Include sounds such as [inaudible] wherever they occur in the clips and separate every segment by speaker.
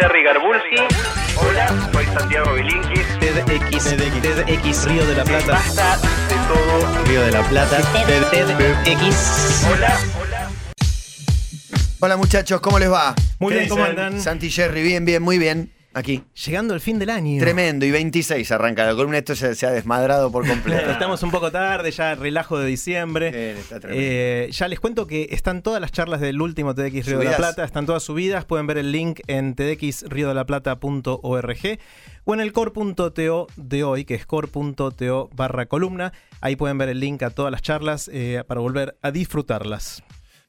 Speaker 1: Jerry Garbulski. Hola, soy Santiago Bilinkis.
Speaker 2: TEDx, TEDx Río de la Plata.
Speaker 1: Basta de todo.
Speaker 2: Río de la Plata. TEDx.
Speaker 1: Hola, hola.
Speaker 3: Hola muchachos, ¿cómo les va?
Speaker 4: Muy
Speaker 2: ¿Qué
Speaker 4: bien, ¿cómo
Speaker 2: dicen?
Speaker 4: andan?
Speaker 3: Santi Jerry, bien, bien, muy bien. Aquí.
Speaker 4: Llegando el fin del año.
Speaker 3: Tremendo, y 26 arranca la columna, esto se, se ha desmadrado por
Speaker 4: [laughs]
Speaker 3: completo.
Speaker 4: Estamos un poco tarde, ya relajo de diciembre.
Speaker 3: Bien, está tremendo.
Speaker 4: Eh, ya les cuento que están todas las charlas del último TDX Río de
Speaker 3: Subidas.
Speaker 4: la Plata, están todas subidas, pueden ver el link en tdxriodelaplata.org o en el core.to de hoy, que es core.to barra columna. Ahí pueden ver el link a todas las charlas eh, para volver a disfrutarlas.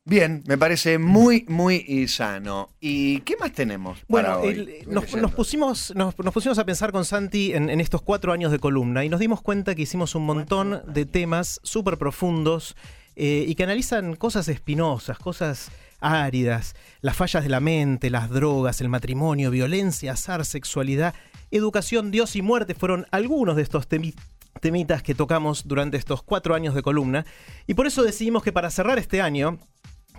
Speaker 3: Bien, me parece muy, muy y sano. ¿Y qué más tenemos? para
Speaker 4: Bueno,
Speaker 3: hoy?
Speaker 4: el-
Speaker 3: Estoy
Speaker 4: nos,
Speaker 3: leyendo.
Speaker 4: nos pusimos, nos, nos pusimos a pensar con Santi en, en estos cuatro años de columna y nos dimos cuenta que hicimos un montón de temas súper profundos eh, y que analizan cosas espinosas, cosas áridas, las fallas de la mente, las drogas, el matrimonio, violencia, azar, sexualidad, educación, Dios y muerte fueron algunos de estos temi- temitas que tocamos durante estos cuatro años de columna. Y por eso decidimos que para cerrar este año,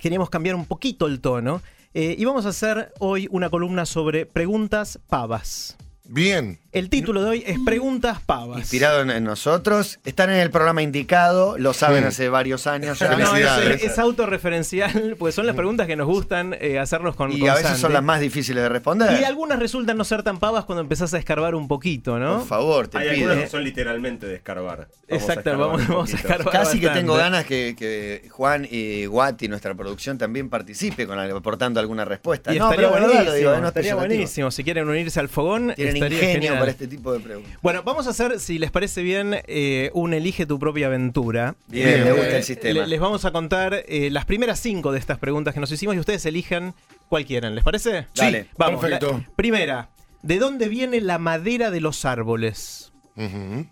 Speaker 4: queríamos cambiar un poquito el tono eh, y vamos a hacer hoy una columna sobre preguntas pavas.
Speaker 5: Bien.
Speaker 4: El título de hoy es Preguntas pavas.
Speaker 3: Inspirado en, en nosotros, están en el programa indicado, lo saben
Speaker 5: Sí.
Speaker 3: hace varios años ya.
Speaker 4: [laughs] No, es-
Speaker 5: Felicidades.
Speaker 4: es, es autorreferencial, pues son las preguntas que nos gustan eh, hacernos con
Speaker 3: y
Speaker 4: con
Speaker 3: a veces
Speaker 4: Santi.
Speaker 3: son las más difíciles de responder.
Speaker 4: Y algunas resultan no ser tan pavas cuando empezás a escarbar un poquito, ¿no?
Speaker 3: Por favor, te
Speaker 6: Hay
Speaker 3: pido.
Speaker 6: algunos que son literalmente de escarbar.
Speaker 4: ¿eh? Exacto, vamos, vamos a escarbar.
Speaker 3: Casi que
Speaker 4: bastante.
Speaker 3: tengo ganas que, que Juan y Guati, nuestra producción, también participe con algo, aportando alguna respuesta.
Speaker 4: Y
Speaker 3: no,
Speaker 4: estaría
Speaker 3: pero de verdad
Speaker 4: buenísimo,
Speaker 3: lo digo, ¿eh? no es
Speaker 4: estaría
Speaker 3: peyorativo.
Speaker 4: buenísimo. Si quieren unirse al fogón,
Speaker 3: Tienen
Speaker 4: estaría
Speaker 3: ingenio
Speaker 4: genial.
Speaker 3: para este tipo de preguntas.
Speaker 4: Bueno, vamos a hacer, si les parece bien, eh, un elige tu propia aventura.
Speaker 3: Bien, me gusta
Speaker 4: Eh,
Speaker 3: el sistema.
Speaker 4: le- les vamos a contar eh, las primeras cinco de estas preguntas que nos hicimos y ustedes elijan cuál quieren. ¿Les parece?
Speaker 3: Dale. Sí,
Speaker 4: vamos.
Speaker 5: perfecto.
Speaker 4: la- primera, ¿de dónde viene la madera de los árboles?
Speaker 5: Ujú,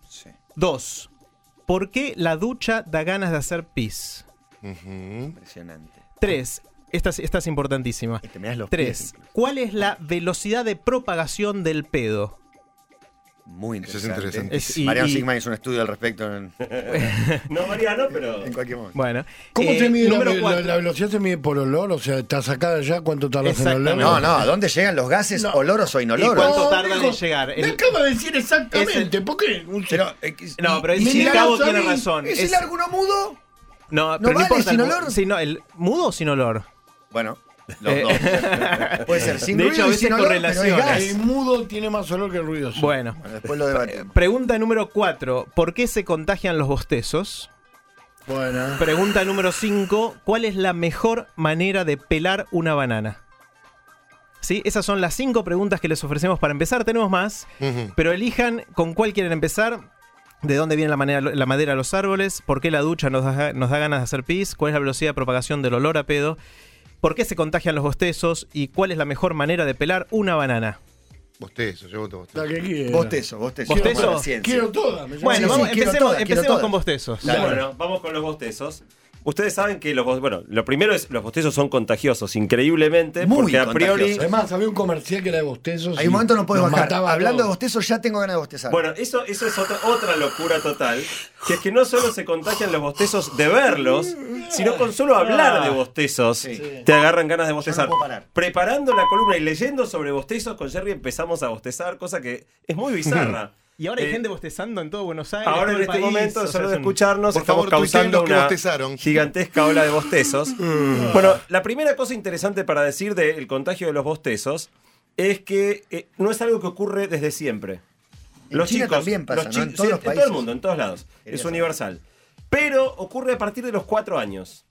Speaker 4: Dos, ¿por qué la ducha da ganas de hacer pis?
Speaker 5: ujú.
Speaker 3: Impresionante.
Speaker 4: Tres, esta, es- esta es importantísima.
Speaker 3: Este, me das los pies
Speaker 4: Tres,
Speaker 3: incluso.
Speaker 4: ¿cuál es la velocidad de propagación del pedo?
Speaker 3: Muy
Speaker 5: Eso es
Speaker 3: interesante.
Speaker 5: interesante.
Speaker 4: Es- y-
Speaker 3: Mariano
Speaker 4: y-
Speaker 3: Sigma hizo un estudio al respecto en,
Speaker 6: No, Mariano, pero.
Speaker 3: en cualquier momento.
Speaker 4: Bueno.
Speaker 5: ¿Cómo
Speaker 4: eh,
Speaker 5: se mide la,
Speaker 4: número
Speaker 5: la-
Speaker 4: cuatro.
Speaker 5: la velocidad? ¿Se mide por olor? O sea, ¿estás acá allá? ¿Cuánto tardas en olor?
Speaker 4: Exactamente.
Speaker 3: No, no, ¿a dónde llegan los gases oloros o
Speaker 4: ¿Y cuánto
Speaker 3: inoloros?
Speaker 4: tardan
Speaker 5: dijo,
Speaker 4: en llegar?
Speaker 5: me
Speaker 4: El-
Speaker 5: acaba de decir exactamente. ¿Por qué? Un-
Speaker 3: Pero, eh, que-
Speaker 4: No, pero
Speaker 3: y-
Speaker 4: el
Speaker 3: y si
Speaker 4: Cabo
Speaker 3: largo-
Speaker 4: tiene razón.
Speaker 3: ¿Es,
Speaker 4: Es-
Speaker 3: el alguno mudo?
Speaker 4: No, pero no
Speaker 3: vale,
Speaker 4: importa.
Speaker 3: sin
Speaker 4: el mu-
Speaker 3: olor.
Speaker 4: sí, no, el mudo o sin olor.
Speaker 3: Bueno, los
Speaker 4: Eh. [laughs]
Speaker 3: dos. Puede ser sin
Speaker 4: De
Speaker 3: ruido
Speaker 4: hecho, a
Speaker 3: y
Speaker 4: veces
Speaker 3: sin olor, pero es
Speaker 4: correlaciones.
Speaker 3: gas.
Speaker 5: El mudo tiene más olor que el ruidoso.
Speaker 4: Bueno.
Speaker 3: Bueno, después lo debatimos.
Speaker 4: Pregunta número 4. ¿Por qué se contagian los bostezos?
Speaker 5: Bueno.
Speaker 4: Pregunta número 5. ¿Cuál es la mejor manera de pelar una banana? Sí, esas son las cinco preguntas que les ofrecemos para empezar. Tenemos más,
Speaker 5: Ujú.
Speaker 4: pero elijan con cuál quieren empezar. ¿De dónde viene la, manera- la madera a los árboles? ¿Por qué la ducha nos da, nos da ganas de hacer pis? ¿Cuál es la velocidad de propagación del olor a pedo? ¿Por qué se contagian los bostezos? ¿Y cuál es la mejor manera de pelar una banana?
Speaker 5: Bostezo, yo voto bostezo. La que quiera.
Speaker 3: Bostezo, bostezo.
Speaker 4: ¿Bostezo?
Speaker 3: Quiero más ciencia.
Speaker 5: Quiero todas. me llama.
Speaker 4: Bueno,
Speaker 3: Sí,
Speaker 4: vamos,
Speaker 3: sí, quiero
Speaker 4: empecemos,
Speaker 3: todas, quiero
Speaker 4: empecemos
Speaker 3: todas.
Speaker 4: con bostezos.
Speaker 3: Dale.
Speaker 6: Bueno, vamos con los bostezos. Ustedes saben que los bo- bueno, lo primero es los bostezos son contagiosos, increíblemente,
Speaker 3: Muy
Speaker 6: porque a priori.
Speaker 3: contagiosos.
Speaker 5: Además, había un comercial que era de bostezos.
Speaker 3: Hay un momento no puedes
Speaker 5: puedo
Speaker 3: bajar. Hablando de bostezo, ya tengo ganas de bostezar.
Speaker 6: Bueno, eso, eso es otra, otra locura total, que es que no solo se contagian los bostezos de verlos, sino con solo hablar de bostezos, te agarran ganas de bostezar.
Speaker 3: puedo parar.
Speaker 6: Preparando la columna y leyendo sobre bostezos con Jerry empezamos a bostezar, cosa que es muy bizarra.
Speaker 4: Y ahora hay
Speaker 6: Eh,
Speaker 4: gente bostezando en todo Buenos Aires.
Speaker 6: Ahora
Speaker 4: todo
Speaker 6: en
Speaker 4: el
Speaker 6: este
Speaker 4: país, o
Speaker 6: momento,
Speaker 4: sea,
Speaker 6: solo
Speaker 4: es
Speaker 6: de
Speaker 4: un-
Speaker 6: escucharnos,
Speaker 5: Por
Speaker 6: estamos
Speaker 5: favor, tuiteen
Speaker 6: causando
Speaker 5: los que
Speaker 6: una
Speaker 5: bostezaron.
Speaker 6: gigantesca ola de [laughs] bostezos. Mm. bueno, la primera cosa interesante para decir del contagio de los bostezos es que eh, no es algo que ocurre desde siempre.
Speaker 3: En China también pasa, ¿no? En todos
Speaker 6: chi- sí,
Speaker 3: los
Speaker 6: En todo
Speaker 3: países.
Speaker 6: el mundo, en todos lados.
Speaker 3: Quería
Speaker 6: es
Speaker 3: saber.
Speaker 6: universal. Pero ocurre a partir de los cuatro años.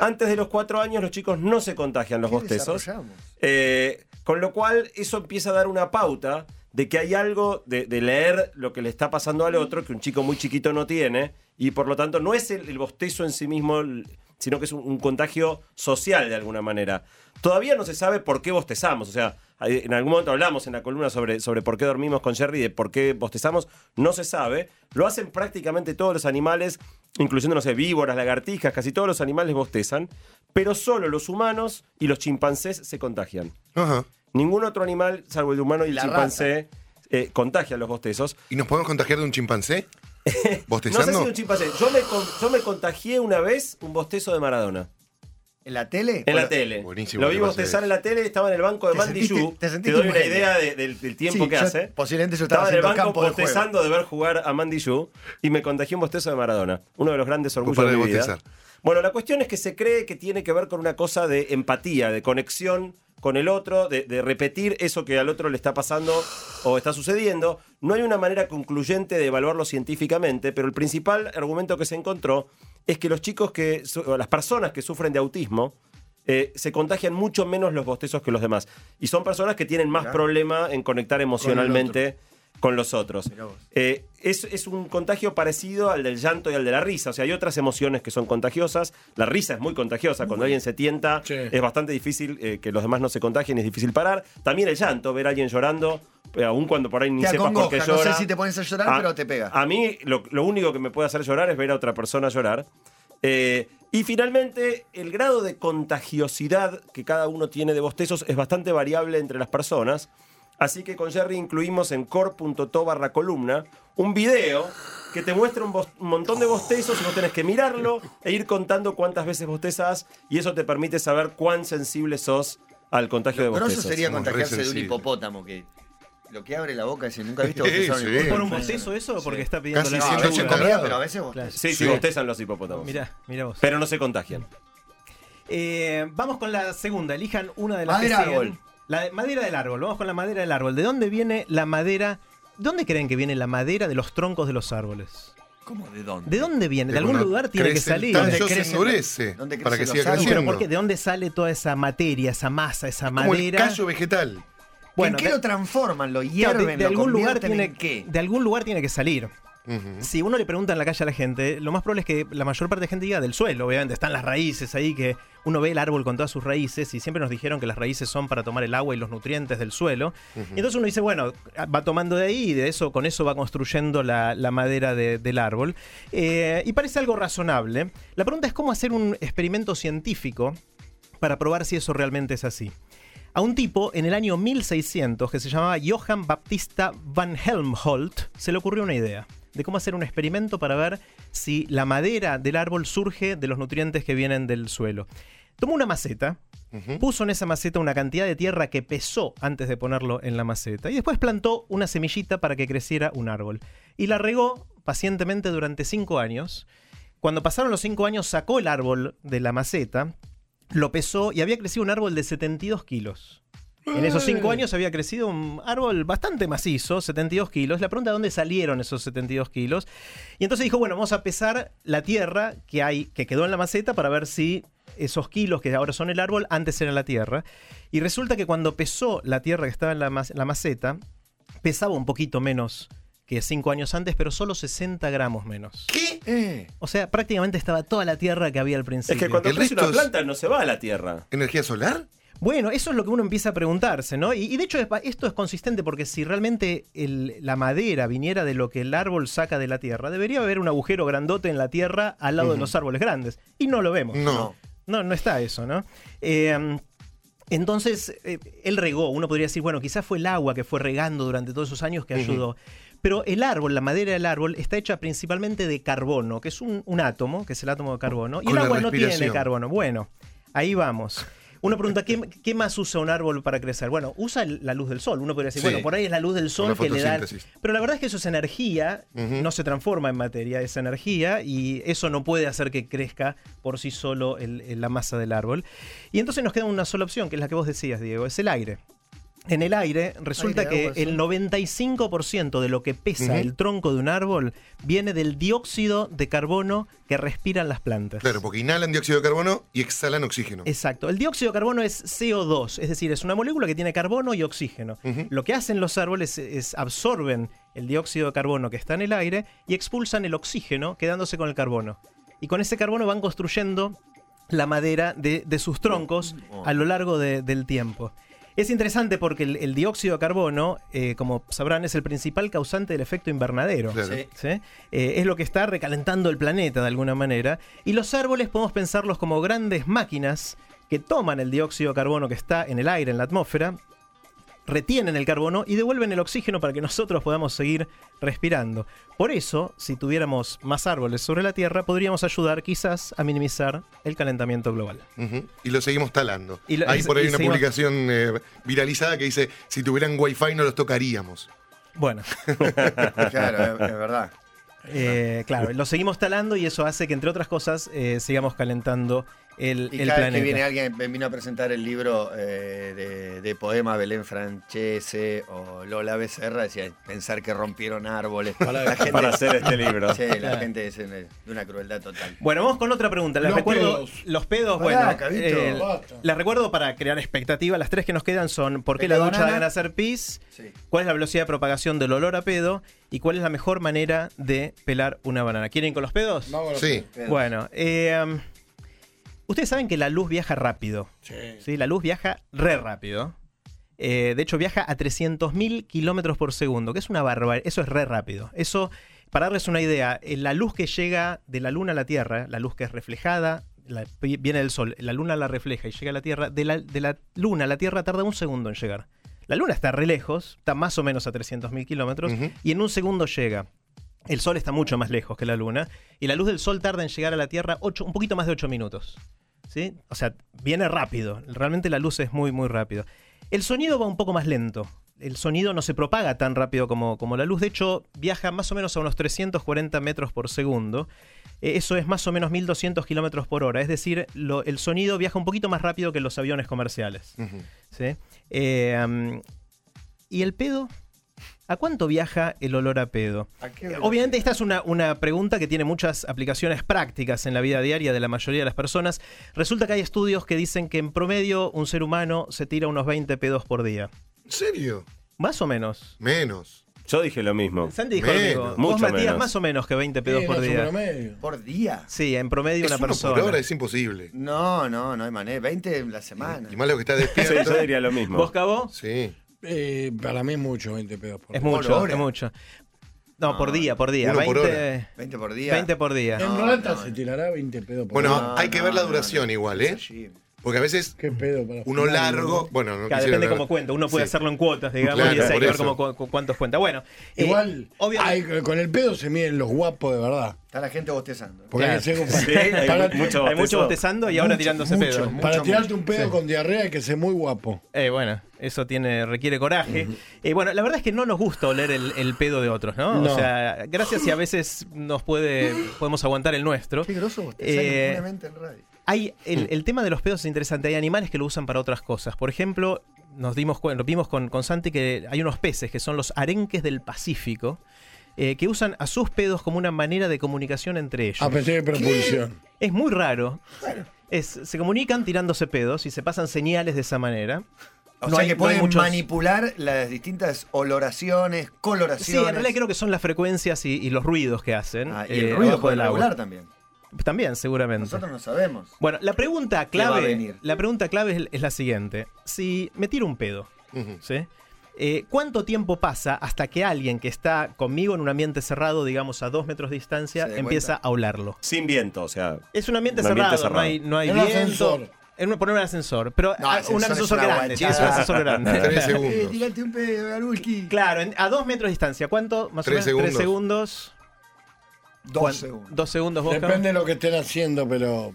Speaker 6: Antes de los cuatro años los chicos no se contagian los
Speaker 3: ¿Qué
Speaker 6: bostezos.
Speaker 3: desarrollamos?
Speaker 6: Eh, con lo cual, eso empieza a dar una pauta de que hay algo de, de leer lo que le está pasando al otro que un chico muy chiquito no tiene y por lo tanto no es el, el bostezo en sí mismo, el- sino que es un, un contagio social de alguna manera. Todavía no se sabe por qué bostezamos, o sea, hay- en algún momento hablamos en la columna sobre, sobre por qué dormimos con Jerry, de por qué bostezamos, no se sabe. Lo hacen prácticamente todos los animales, incluyendo, no sé, víboras, lagartijas, casi todos los animales bostezan, pero solo los humanos y los chimpancés se contagian.
Speaker 7: Ajá.
Speaker 6: Ningún otro animal, salvo el humano y el
Speaker 3: La
Speaker 6: chimpancé, eh, contagia los bostezos.
Speaker 7: ¿Y nos podemos contagiar de un chimpancé?
Speaker 4: [laughs]
Speaker 6: No sé
Speaker 7: ¿Bostezando?
Speaker 6: si un chimpancé. Yo me, con- yo me contagié una vez un bostezo de Maradona.
Speaker 3: ¿En la tele?
Speaker 6: En la
Speaker 3: Bueno,
Speaker 6: tele.
Speaker 7: buenísimo
Speaker 6: lo
Speaker 7: que
Speaker 6: vi
Speaker 7: pase
Speaker 6: bostezar
Speaker 7: eso.
Speaker 6: en la tele, estaba en el banco de
Speaker 3: Te
Speaker 6: Mandy
Speaker 3: sentiste-
Speaker 6: Yu.
Speaker 3: te
Speaker 6: Te
Speaker 3: sentiste
Speaker 6: doy una
Speaker 3: un genio.
Speaker 6: idea de- del, del tiempo
Speaker 3: Sí,
Speaker 6: que
Speaker 3: yo-
Speaker 6: hace.
Speaker 3: posiblemente yo estaba
Speaker 6: estaba en el
Speaker 3: haciendo
Speaker 6: banco
Speaker 3: campo de juego.
Speaker 6: bostezando de ver jugar a Mandy Yu y me contagió un bostezo de Maradona. Uno de los grandes orgullos
Speaker 7: Compadre
Speaker 6: de mi
Speaker 7: de
Speaker 6: vida.
Speaker 7: bostezar.
Speaker 6: Bueno, la cuestión es que se cree que tiene que ver con una cosa de empatía, de conexión con el otro, de, de repetir eso que al otro le está pasando o está sucediendo. No hay una manera concluyente de evaluarlo científicamente, pero el principal argumento que se encontró es que los chicos que, su- o las personas que sufren de autismo, eh, se contagian mucho menos los bostezos que los demás. Y son personas que tienen más problema en conectar emocionalmente con los otros. Eh, es, es un contagio parecido al del llanto y al de la risa. O sea, hay otras emociones que son contagiosas. La risa es muy contagiosa. Cuando alguien se tienta,
Speaker 5: Sí.
Speaker 6: es bastante difícil eh, que los demás no se contagien, es difícil parar. También el llanto, ver a alguien llorando, eh, aun cuando por ahí ni
Speaker 3: Te
Speaker 6: sepas por qué
Speaker 3: acongoja, no
Speaker 6: llora. Ah,
Speaker 3: sé si te pones a llorar, pero te pega.
Speaker 6: A mí lo, lo único que me puede hacer llorar es ver a otra persona llorar. Eh, y finalmente, el grado de contagiosidad que cada uno tiene de bostezos es bastante variable entre las personas. Así que con Jerry incluimos en core.to barra columna un video que te muestra un, bos- un montón de bostezos y vos tenés que mirarlo e ir contando cuántas veces bostezas y eso te permite saber cuán sensible sos al contagio de
Speaker 3: Grosso
Speaker 6: bostezos.
Speaker 3: sería
Speaker 7: somos
Speaker 3: contagiarse
Speaker 7: re
Speaker 3: de un
Speaker 7: sensibles.
Speaker 3: hipopótamo que lo que abre la boca es nunca he visto bostezar a un
Speaker 7: Sí,
Speaker 3: hipopótamo.
Speaker 4: ¿Por un bostezo eso? Porque está pidiendo
Speaker 7: Casi
Speaker 4: la
Speaker 3: No, a
Speaker 7: Siento
Speaker 3: veces
Speaker 7: un
Speaker 3: comía,
Speaker 7: cagado.
Speaker 3: Ah, pero a veces vos.
Speaker 4: Claro.
Speaker 6: Sí, sí,
Speaker 7: Sí.
Speaker 6: bostezan los hipopótamos.
Speaker 4: Mirá, mirá vos.
Speaker 6: Pero no se contagian.
Speaker 4: Eh, vamos con la segunda. Elijan una de las
Speaker 3: Madera
Speaker 4: que sigan.
Speaker 3: árbol.
Speaker 4: La de- madera del árbol. Vamos con la madera del árbol. ¿De dónde viene la madera? ¿Dónde creen que viene la madera de los troncos de los árboles?
Speaker 3: ¿Cómo de dónde?
Speaker 4: ¿De dónde viene? ¿De algún
Speaker 7: Cuando
Speaker 4: lugar tiene que
Speaker 7: crecen
Speaker 4: salir?
Speaker 7: tanto,
Speaker 3: ¿Dónde
Speaker 7: se
Speaker 3: crecen-
Speaker 7: endurece
Speaker 3: dónde
Speaker 7: para que
Speaker 3: crecen
Speaker 7: siga
Speaker 3: los árboles?
Speaker 4: ¿Pero
Speaker 7: creciendo.
Speaker 4: por qué? ¿De dónde sale toda esa materia, esa masa, esa
Speaker 7: Como el
Speaker 4: madera?
Speaker 7: callo vegetal.
Speaker 4: Bueno,
Speaker 3: ¿En qué
Speaker 4: de-
Speaker 3: lo transforman? ¿Lo
Speaker 4: Claro,
Speaker 3: hierven?
Speaker 4: de- de,
Speaker 3: ¿Lo
Speaker 4: algún lugar
Speaker 3: convierten
Speaker 4: tiene
Speaker 3: en qué?
Speaker 4: de algún lugar tiene que salir.
Speaker 7: Ujú.
Speaker 4: Si uno le pregunta en la calle a la gente, lo más probable es que la mayor parte de gente diga del suelo, obviamente, están las raíces ahí que uno ve el árbol con todas sus raíces y siempre nos dijeron que las raíces son para tomar el agua y los nutrientes del suelo. Y entonces uno dice, bueno, va tomando de ahí y de eso con eso va construyendo la, la madera de- del árbol. Eh, y parece algo razonable. La pregunta es cómo hacer un experimento científico para probar si eso realmente es así. A un tipo en el año 1600 que se llamaba Johann Baptista van Helmholt se le ocurrió una idea de cómo hacer un experimento para ver si la madera del árbol surge de los nutrientes que vienen del suelo. Tomó una maceta, puso en esa maceta una cantidad de tierra que pesó antes de ponerlo en la maceta y después plantó una semillita para que creciera un árbol. Y la regó pacientemente durante cinco años. Cuando pasaron los cinco años sacó el árbol de la maceta, lo pesó y había crecido un árbol de 72 kilos. En esos cinco años había crecido un árbol bastante macizo, 72 kilos. La pregunta es dónde salieron esos 72 kilos. Y entonces dijo, bueno, vamos a pesar la tierra que hay, que quedó en la maceta para ver si esos kilos que ahora son el árbol antes eran la tierra. Y resulta que cuando pesó la tierra que estaba en la, ma- la maceta, pesaba un poquito menos que cinco años antes, pero solo 60 gramos menos.
Speaker 3: ¿Qué? Eh,
Speaker 4: O sea, prácticamente estaba toda la tierra que había al principio.
Speaker 6: Es que cuando
Speaker 7: El
Speaker 6: crece una
Speaker 7: resto es-
Speaker 6: planta no se va a la tierra.
Speaker 7: ¿Energía solar?
Speaker 4: Bueno, eso es lo que uno empieza a preguntarse, ¿no? Y, y de hecho es pa- esto es consistente porque si realmente el- la madera viniera de lo que el árbol saca de la tierra, debería haber un agujero grandote en la tierra al lado de los árboles grandes. Y no lo vemos.
Speaker 7: No.
Speaker 4: No, no está eso, ¿no? Eh, entonces, eh, él regó. Uno podría decir, bueno, quizás fue el agua que fue regando durante todos esos años que ayudó. Pero el árbol, la madera del árbol, está hecha principalmente de carbono, que es un, un átomo, que es el átomo de carbono. Y
Speaker 7: Con
Speaker 4: el
Speaker 7: la
Speaker 4: agua no tiene
Speaker 7: respiración.
Speaker 4: carbono. Bueno, ahí vamos. Uno pregunta, ¿qué, qué más usa un árbol para crecer? Bueno, usa el- la luz del sol. Uno podría decir,
Speaker 7: Sí.
Speaker 4: bueno, por ahí es la luz del sol
Speaker 7: la
Speaker 4: que le da.
Speaker 7: fotosíntesis.
Speaker 4: Pero la verdad es que eso es energía, no se transforma en materia, es energía y eso no puede hacer que crezca por sí solo el- el- la masa del árbol. Y entonces nos queda una sola opción, que es la que vos decías, Diego, es el aire. En el aire resulta
Speaker 3: Aire,
Speaker 4: que
Speaker 3: agua,
Speaker 4: el 95% de lo que pesa el tronco de un árbol viene del dióxido de carbono que respiran las plantas.
Speaker 7: Claro, porque inhalan dióxido de carbono y exhalan oxígeno.
Speaker 4: Exacto. El dióxido de carbono es CO2, es decir, es una molécula que tiene carbono y oxígeno. Lo que hacen los árboles es absorben el dióxido de carbono que está en el aire y expulsan el oxígeno quedándose con el carbono. Y con ese carbono van construyendo la madera de, de sus troncos a lo largo de- del tiempo. Es interesante porque el, el dióxido de carbono, eh, como sabrán, es el principal causante del efecto invernadero.
Speaker 7: Claro.
Speaker 3: Sí.
Speaker 4: ¿sí? Eh, es lo que está recalentando el planeta de alguna manera. Y los árboles podemos pensarlos como grandes máquinas que toman el dióxido de carbono que está en el aire, en la atmósfera, retienen el carbono y devuelven el oxígeno para que nosotros podamos seguir respirando. Por eso, si tuviéramos más árboles sobre la Tierra, podríamos ayudar quizás a minimizar el calentamiento global.
Speaker 7: Ujú. Y lo seguimos talando.
Speaker 4: Y lo-
Speaker 7: Hay
Speaker 4: es-
Speaker 7: por ahí
Speaker 4: y
Speaker 7: una
Speaker 4: seguimos-
Speaker 7: publicación eh, viralizada que dice, si tuvieran wifi no los tocaríamos.
Speaker 3: [laughs]
Speaker 4: Bueno,
Speaker 3: Claro, es, es verdad.
Speaker 4: eh, claro, lo seguimos talando y eso hace que, entre otras cosas, eh, sigamos calentando el,
Speaker 3: Y
Speaker 4: el
Speaker 3: cada vez que
Speaker 4: planeta.
Speaker 3: viene alguien, me vino a presentar el libro eh, de, de poema Belén Francese o Lola Becerra, decía, pensar que rompieron árboles. la gente,
Speaker 6: para hacer este libro.
Speaker 3: Sí, la gente es una- de una crueldad total.
Speaker 4: Bueno, vamos con otra pregunta. Les
Speaker 5: Los
Speaker 4: recuerdo
Speaker 5: pedos.
Speaker 4: los pedos.
Speaker 5: Pará,
Speaker 4: bueno,
Speaker 5: Cavito, basta.
Speaker 4: les recuerdo para crear expectativa. Las tres que nos quedan son: ¿por qué la
Speaker 3: Pedo
Speaker 4: ducha
Speaker 3: banana.
Speaker 4: deben hacer pis?
Speaker 3: Sí.
Speaker 4: ¿Cuál es la velocidad de propagación del olor a pedo? ¿Y cuál es la mejor manera de pelar una banana? ¿Quieren ir con los pedos?
Speaker 5: Vámonos.
Speaker 7: Sí.
Speaker 3: Pero-
Speaker 4: Bueno, eh, um, ustedes saben que la luz viaja rápido. ¿sí? La luz viaja re rápido. Eh, de hecho, viaja a 300.000 kilómetros por segundo, que es una barbaridad. Eso es re rápido. Eso, para darles una idea, eh, la luz que llega de la Luna a la Tierra, la luz que es reflejada, la- viene del Sol, la Luna la refleja y llega a la Tierra, de la, de la Luna a la Tierra tarda un segundo en llegar. La Luna está re lejos, está más o menos a 300.000 kilómetros,
Speaker 7: Ujú.
Speaker 4: y en un segundo llega. El Sol está mucho más lejos que la Luna, y la luz del Sol tarda en llegar a la Tierra ocho- un poquito más de 8 minutos. ¿sí? O sea, viene rápido. Realmente la luz es muy, muy rápido. El sonido va un poco más lento. El sonido no se propaga tan rápido como, como la luz. De hecho, viaja más o menos a unos 340 metros por segundo. Eh, Eso es más o menos 1200 kilómetros por hora. Es decir, lo- el sonido viaja un poquito más rápido que los aviones comerciales.
Speaker 7: Ujú.
Speaker 4: ¿sí? Eh, um, ¿Y el pedo? ¿A cuánto viaja el olor a pedo? Obviamente esta es una, una pregunta que tiene muchas aplicaciones prácticas en la vida diaria de la mayoría de las personas. Resulta que hay estudios que dicen que en promedio un ser humano se tira unos 20 pedos por día.
Speaker 7: ¿En serio?
Speaker 4: Más o menos.
Speaker 7: Menos.
Speaker 6: Yo dije lo mismo.
Speaker 4: Santi dijo lo mismo.
Speaker 7: Menos,
Speaker 4: Vos,
Speaker 6: mucho
Speaker 4: Matías,
Speaker 6: menos.
Speaker 4: más o menos que 20 pedos
Speaker 5: Sí,
Speaker 4: por
Speaker 5: más o
Speaker 4: día.
Speaker 5: menos medio.
Speaker 3: ¿Por día?
Speaker 4: Sí, en promedio
Speaker 7: Es
Speaker 4: una
Speaker 7: uno
Speaker 4: persona.
Speaker 7: por hora, es imposible.
Speaker 3: No, no, no hay manera. 20 en la semana.
Speaker 7: Y más lo que está
Speaker 4: [laughs]
Speaker 6: Sí,
Speaker 7: despierto.
Speaker 6: yo diría lo mismo.
Speaker 4: ¿Vos, Cabo?
Speaker 7: Sí.
Speaker 5: Eh, para mí es mucho, 20 pedos por
Speaker 4: Es
Speaker 5: hora.
Speaker 4: mucho,
Speaker 3: hora.
Speaker 4: es mucho. No, por día, por día.
Speaker 7: Uno por
Speaker 4: 20,
Speaker 3: 20 por día.
Speaker 4: 20 por día.
Speaker 5: En
Speaker 3: No,
Speaker 5: Rolanta
Speaker 3: no,
Speaker 5: se
Speaker 3: no.
Speaker 5: tirará 20 pedos por
Speaker 7: Bueno,
Speaker 5: hora.
Speaker 3: No,
Speaker 7: hay que
Speaker 3: no,
Speaker 7: ver la
Speaker 3: no,
Speaker 7: duración igual, ¿eh?
Speaker 3: Sí.
Speaker 7: Porque a veces
Speaker 5: ¿Qué pedo para
Speaker 7: uno
Speaker 5: fumar,
Speaker 7: largo.
Speaker 5: ¿no?
Speaker 7: Bueno, no
Speaker 4: Claro,
Speaker 7: quisiera
Speaker 4: depende
Speaker 7: hablar-
Speaker 4: cómo cuenta. Uno puede
Speaker 7: Sí.
Speaker 4: hacerlo en cuotas, digamos,
Speaker 7: Claro,
Speaker 4: y ese hay
Speaker 7: por
Speaker 4: que ver
Speaker 7: eso.
Speaker 4: cómo- cu- cuántos cuenta. Bueno, eh,
Speaker 5: Igual,
Speaker 4: obviamente-
Speaker 5: hay- con el pedo se miden los guapos de verdad.
Speaker 3: Está la gente bostezando.
Speaker 5: Porque
Speaker 4: Claro.
Speaker 5: hay que ser-
Speaker 6: Sí, hay
Speaker 5: para,
Speaker 6: mucho
Speaker 4: Hay mucho
Speaker 6: bostezo.
Speaker 4: bostezando y ahora tirándose
Speaker 5: mucho,
Speaker 4: pedo.
Speaker 5: para
Speaker 3: mucho,
Speaker 5: tirarte un pedo con diarrea hay que ser muy guapo.
Speaker 4: Eh, bueno, eso tiene, requiere coraje. Eh, bueno, la verdad es que no nos gusta oler el, el pedo de otros, ¿no? O
Speaker 5: No.
Speaker 4: sea, gracias y a veces nos puede, podemos aguantar el nuestro.
Speaker 3: Qué groso bostezar
Speaker 4: Eh,
Speaker 3: impunemente en radio.
Speaker 4: Hay el, el tema de los pedos es interesante. Hay animales que lo usan para otras cosas. Por ejemplo, nos dimos cuen- vimos con, con Santi que hay unos peces que son los arenques del Pacífico. eh, que usan a sus pedos como una manera de comunicación entre ellos.
Speaker 5: A pesar de propulsión.
Speaker 4: Es muy raro. Es- se comunican tirándose pedos y se pasan señales de esa manera.
Speaker 3: O
Speaker 4: No
Speaker 3: sea
Speaker 4: hay- no hay
Speaker 3: que pueden
Speaker 4: muchos-
Speaker 3: manipular las distintas oloraciones,
Speaker 4: Sí, en
Speaker 3: coloraciones.
Speaker 4: realidad creo que son las frecuencias y, y los ruidos que hacen.
Speaker 3: Ah, y el
Speaker 4: eh,
Speaker 3: ruido
Speaker 4: abajo
Speaker 3: puede
Speaker 4: del agua.
Speaker 3: regular también.
Speaker 4: También, seguramente.
Speaker 3: Nosotros no sabemos.
Speaker 4: Bueno, la pregunta
Speaker 3: va a
Speaker 4: clave,
Speaker 3: venir.
Speaker 4: la pregunta clave es, es la siguiente. Si me tiro un pedo,
Speaker 7: Ujú.
Speaker 4: ¿sí? Eh, ¿Cuánto tiempo pasa hasta que alguien que está conmigo en un ambiente cerrado, digamos a dos metros de distancia,
Speaker 3: ¿Se da
Speaker 4: empieza
Speaker 3: cuenta?
Speaker 4: a olarlo?
Speaker 6: Sin viento, o sea.
Speaker 4: Es un ambiente,
Speaker 6: Un
Speaker 4: cerrado,
Speaker 6: ambiente
Speaker 4: no
Speaker 6: cerrado.
Speaker 4: hay, no hay
Speaker 5: En un
Speaker 4: viento.
Speaker 5: ascensor.
Speaker 4: En un- poner un ascensor, pero
Speaker 3: No,
Speaker 4: ah, un
Speaker 3: ascensor es
Speaker 4: ascensor
Speaker 3: una
Speaker 4: grande.
Speaker 3: guachada.
Speaker 4: sí, es un ascensor
Speaker 3: [laughs]
Speaker 4: grande.
Speaker 7: Tres segundos.
Speaker 3: tirate Eh, un pedo, Garulki.
Speaker 4: Claro, en- a dos metros de distancia. ¿Cuánto? Más
Speaker 7: Tres
Speaker 4: o menos tres
Speaker 7: segundos.
Speaker 4: segundos.
Speaker 3: Dos
Speaker 4: ¿Cuán-
Speaker 3: segundos.
Speaker 4: Dos segundos, Boca.
Speaker 5: Depende de lo que estén haciendo, pero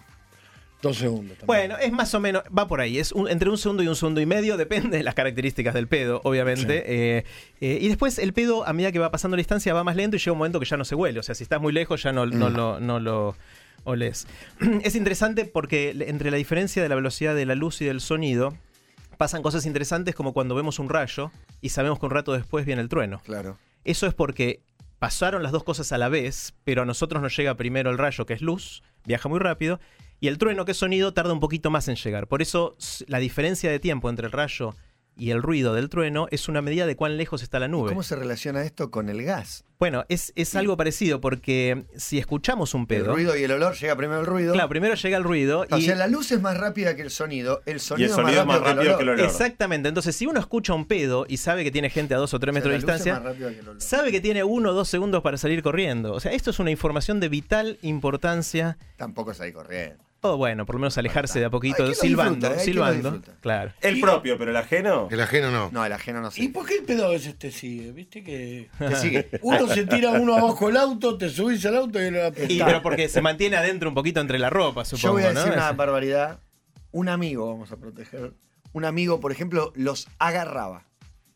Speaker 5: dos segundos. también.
Speaker 4: Bueno,
Speaker 6: eh,
Speaker 4: es más o menos, va por ahí, es un- entre un segundo y un segundo y medio, depende de las características del pedo, obviamente. Eh, eh, y después el pedo, a medida que va pasando la distancia, va más lento y llega un momento que ya no se huele. O sea, si estás muy lejos ya no, no lo, no lo olés. [clears throat] Es interesante porque le- entre la diferencia de la velocidad de la luz y del sonido, pasan cosas interesantes como cuando vemos un rayo y sabemos que un rato después viene el trueno.
Speaker 3: Claro.
Speaker 4: Eso es porque pasaron las dos cosas a la vez, pero a nosotros nos llega primero el rayo, que es luz, viaja muy rápido, y el trueno, que es sonido, tarda un poquito más en llegar. Por eso s- la diferencia de tiempo entre el rayo y el ruido del trueno es una medida de cuán lejos está la nube.
Speaker 3: ¿Cómo se relaciona esto con el gas?
Speaker 4: Bueno, es, es algo parecido porque si escuchamos un
Speaker 3: El
Speaker 4: pedo,
Speaker 3: ruido y el olor, llega primero el ruido.
Speaker 4: claro, primero llega el ruido
Speaker 3: O
Speaker 4: y...
Speaker 3: sea, la luz es más rápida que el sonido, el
Speaker 6: Y
Speaker 3: sonido,
Speaker 6: el sonido es más rápido que el
Speaker 3: olor.
Speaker 6: olor.
Speaker 4: Exactamente, entonces si uno escucha un pedo y sabe que tiene gente a dos o tres
Speaker 3: O sea,
Speaker 4: metros
Speaker 3: la
Speaker 4: de
Speaker 3: luz es
Speaker 4: distancia,
Speaker 3: más rápida que el olor.
Speaker 4: sabe que tiene uno o dos segundos para salir corriendo. O sea, esto es una información de vital importancia
Speaker 3: Tampoco es ahí corriendo.
Speaker 4: todo bueno, por lo menos alejarse de a
Speaker 3: Ay,
Speaker 4: poquito,
Speaker 3: ¿quién lo
Speaker 4: silbando,
Speaker 3: disfruta, eh? ¿Quién lo
Speaker 4: silbando.
Speaker 3: disfruta?
Speaker 4: Claro.
Speaker 6: El propio, pero el ajeno.
Speaker 7: El ajeno no.
Speaker 3: No, el ajeno no sé.
Speaker 5: ¿Y por qué el pedo a veces te sigue? ¿Viste
Speaker 6: [laughs]
Speaker 5: que
Speaker 4: [laughs]
Speaker 3: Te sigue.
Speaker 5: uno se tira uno abajo el auto, te subís al auto y lo
Speaker 4: Y,
Speaker 5: apretás?
Speaker 4: pero porque se mantiene adentro un poquito entre la ropa, supongo,
Speaker 3: Yo voy a
Speaker 4: ¿no?
Speaker 3: decir una
Speaker 4: Es-
Speaker 3: barbaridad. Un amigo, vamos a proteger. Un amigo, por ejemplo, los agarraba.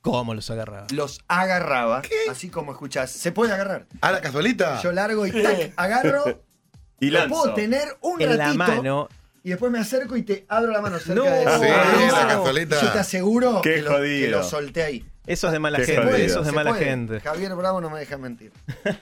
Speaker 4: ¿Cómo los agarraba?
Speaker 3: Los agarraba. Así como escuchás. Se puede agarrar.
Speaker 7: ¿A Ah, la casualita?
Speaker 3: Yo largo y tac, agarro.
Speaker 6: Y
Speaker 3: lo
Speaker 6: lanzo.
Speaker 3: puedo tener un
Speaker 4: En la
Speaker 3: ratito.
Speaker 4: mano.
Speaker 3: Y después me acerco y te abro la mano cerca
Speaker 4: No.
Speaker 3: de
Speaker 7: Sí,
Speaker 3: Ah,
Speaker 7: la
Speaker 3: no.
Speaker 7: cazoleta.
Speaker 3: Yo te aseguro
Speaker 6: Qué
Speaker 3: que lo, que
Speaker 6: jodido.
Speaker 3: lo solté ahí.
Speaker 4: Eso es de mala
Speaker 6: Qué
Speaker 4: gente,
Speaker 6: jodido.
Speaker 4: eso es de
Speaker 3: Se
Speaker 4: mala
Speaker 3: puede.
Speaker 4: gente.
Speaker 3: Javier Bravo no me deja mentir.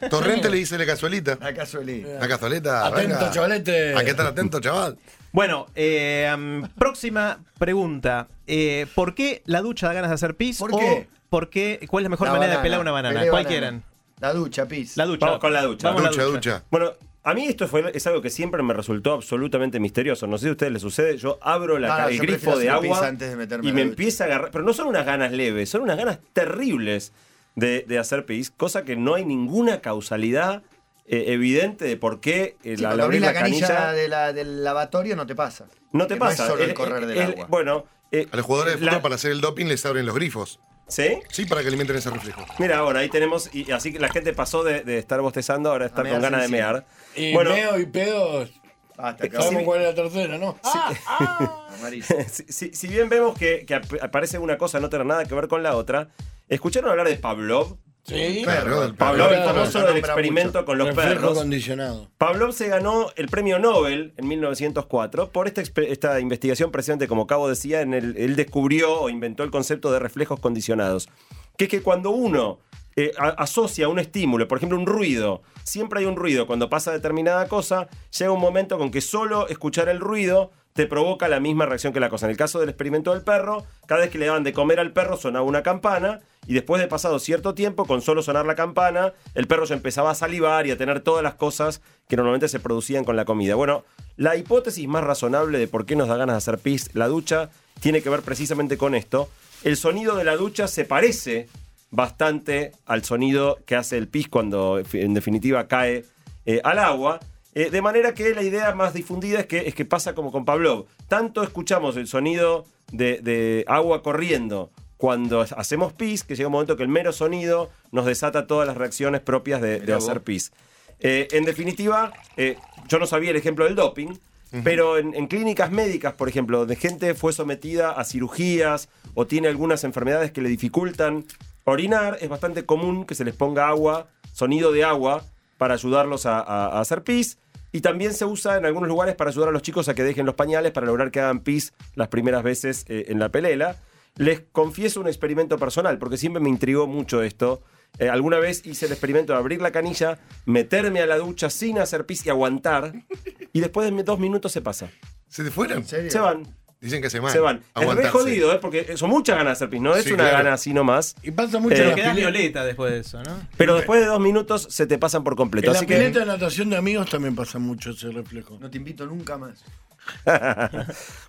Speaker 7: Torrente le dice la casualita.
Speaker 3: La casualidad.
Speaker 7: La
Speaker 6: Ah,
Speaker 7: casualita.
Speaker 5: Atento,
Speaker 7: arranca.
Speaker 5: chavalete.
Speaker 7: Hay que estar atento, chaval.
Speaker 4: Bueno, eh, am, próxima pregunta. Eh, ¿Por qué la ducha da ganas de hacer pis?
Speaker 3: ¿Por
Speaker 4: o
Speaker 3: qué?
Speaker 4: por qué- ¿Cuál es la mejor
Speaker 3: La
Speaker 4: manera
Speaker 3: banana.
Speaker 4: de pelar una banana?
Speaker 3: Pelé
Speaker 4: ¿Cuál
Speaker 3: banana.
Speaker 4: quieran?
Speaker 3: La ducha, pis.
Speaker 4: La ducha.
Speaker 6: Vamos con la ducha.
Speaker 4: Vamos a
Speaker 7: Ducha, ducha.
Speaker 6: Bueno, a mí esto fue, es algo que siempre me resultó absolutamente misterioso. No sé si a ustedes les sucede. Yo abro la,
Speaker 3: No,
Speaker 6: ca-
Speaker 3: no,
Speaker 6: el
Speaker 3: yo
Speaker 6: grifo
Speaker 3: prefiero
Speaker 6: de
Speaker 3: hacer pis
Speaker 6: agua
Speaker 3: antes de meterme
Speaker 6: y
Speaker 3: a
Speaker 6: me
Speaker 3: la ducha.
Speaker 6: empieza a agarrar. Pero no son unas ganas leves, son unas ganas terribles de, de hacer pis, cosa que no hay ninguna causalidad eh, evidente de por qué
Speaker 3: Sí,
Speaker 6: eh, la, al
Speaker 3: cuando
Speaker 6: abrir
Speaker 3: abrís la,
Speaker 6: la
Speaker 3: canilla,
Speaker 6: canilla
Speaker 3: de la- del lavatorio no te pasa.
Speaker 6: no te
Speaker 3: Que
Speaker 6: pasa.
Speaker 3: No es solo el,
Speaker 6: El-
Speaker 3: correr del
Speaker 6: el-
Speaker 3: agua.
Speaker 6: Bueno, eh,
Speaker 7: A los jugadores de
Speaker 6: la-
Speaker 7: fútbol para hacer el doping les abren los grifos.
Speaker 6: ¿Sí?
Speaker 7: Sí, para que alimenten ese reflejo.
Speaker 6: Mira, ahora ahí tenemos, y así que la gente pasó de, de estar bostezando, ahora está
Speaker 3: A
Speaker 6: con
Speaker 3: mear
Speaker 6: ganas de
Speaker 3: sensible.
Speaker 6: mear.
Speaker 5: Y
Speaker 6: bueno,
Speaker 5: meo y pedo.
Speaker 3: Basta, acabamos
Speaker 5: Sabemos cuál es la tercera, ¿no?
Speaker 6: Ah.
Speaker 3: con
Speaker 6: [laughs]
Speaker 3: amarillo.
Speaker 6: [laughs] si, si- si bien vemos que, que ap- aparece una cosa no tener nada que ver con la otra, ¿escucharon hablar de Pavlov?
Speaker 5: Sí.
Speaker 7: Claro, el
Speaker 6: Pavlov, el
Speaker 5: Claro,
Speaker 6: famoso
Speaker 3: lo
Speaker 6: del
Speaker 3: nombra
Speaker 6: experimento con los
Speaker 5: Reflejo
Speaker 6: perros.
Speaker 5: acondicionado.
Speaker 6: Pavlov se ganó el premio Nobel en 1904 por esta, expe- esta investigación presente, como Cabo decía, en el, él descubrió o inventó el concepto de reflejos condicionados, que es que cuando uno eh, a- asocia un estímulo, por ejemplo un ruido, siempre hay un ruido, cuando pasa determinada cosa, llega un momento con que solo escuchar el ruido te provoca la misma reacción que la cosa. En el caso del experimento del perro, cada vez que le daban de comer al perro sonaba una campana y después de pasado cierto tiempo, con solo sonar la campana, el perro ya empezaba a salivar y a tener todas las cosas que normalmente se producían con la comida. Bueno, la hipótesis más razonable de por qué nos da ganas de hacer pis la ducha tiene que ver precisamente con esto. El sonido de la ducha se parece bastante al sonido que hace el pis cuando en definitiva cae eh, al agua. Eh, de manera que la idea más difundida es que, es que pasa como con Pavlov. Tanto escuchamos el sonido de, de agua corriendo cuando hacemos pis, que llega un momento que el mero sonido nos desata todas las reacciones propias de, de hacer pis. Eh, en definitiva, eh, yo no sabía el ejemplo del doping, pero en, en clínicas médicas, por ejemplo, donde gente fue sometida a cirugías o tiene algunas enfermedades que le dificultan orinar, es bastante común que se les ponga agua, sonido de agua, para ayudarlos a, a- a hacer pis. Y también se usa en algunos lugares para ayudar a los chicos a que dejen los pañales para lograr que hagan pis las primeras veces eh, en la pelela. Les confieso un experimento personal, porque siempre me intrigó mucho esto. Eh, alguna vez hice el experimento de abrir la canilla, meterme a la ducha sin hacer pis y aguantar. Y después de dos minutos se pasa.
Speaker 7: ¿Se te fueron?
Speaker 3: ¿En serio?
Speaker 6: Se van.
Speaker 7: Dicen que se van.
Speaker 6: Se van. Es re
Speaker 7: Aguantarse.
Speaker 6: jodido, ¿eh? porque son muchas ganas de hacer pis, no es
Speaker 7: Sí,
Speaker 6: una
Speaker 7: claro.
Speaker 6: gana así nomás.
Speaker 5: Y pasa mucho
Speaker 6: Eh,
Speaker 5: en
Speaker 4: Te
Speaker 5: las
Speaker 4: quedas
Speaker 5: piletas.
Speaker 4: violeta después de eso, ¿no?
Speaker 6: Pero después de dos minutos se te pasan por completo.
Speaker 5: En las
Speaker 6: Así que,
Speaker 5: piletas de natación de amigos también pasa mucho ese reflejo.
Speaker 3: No te invito nunca más.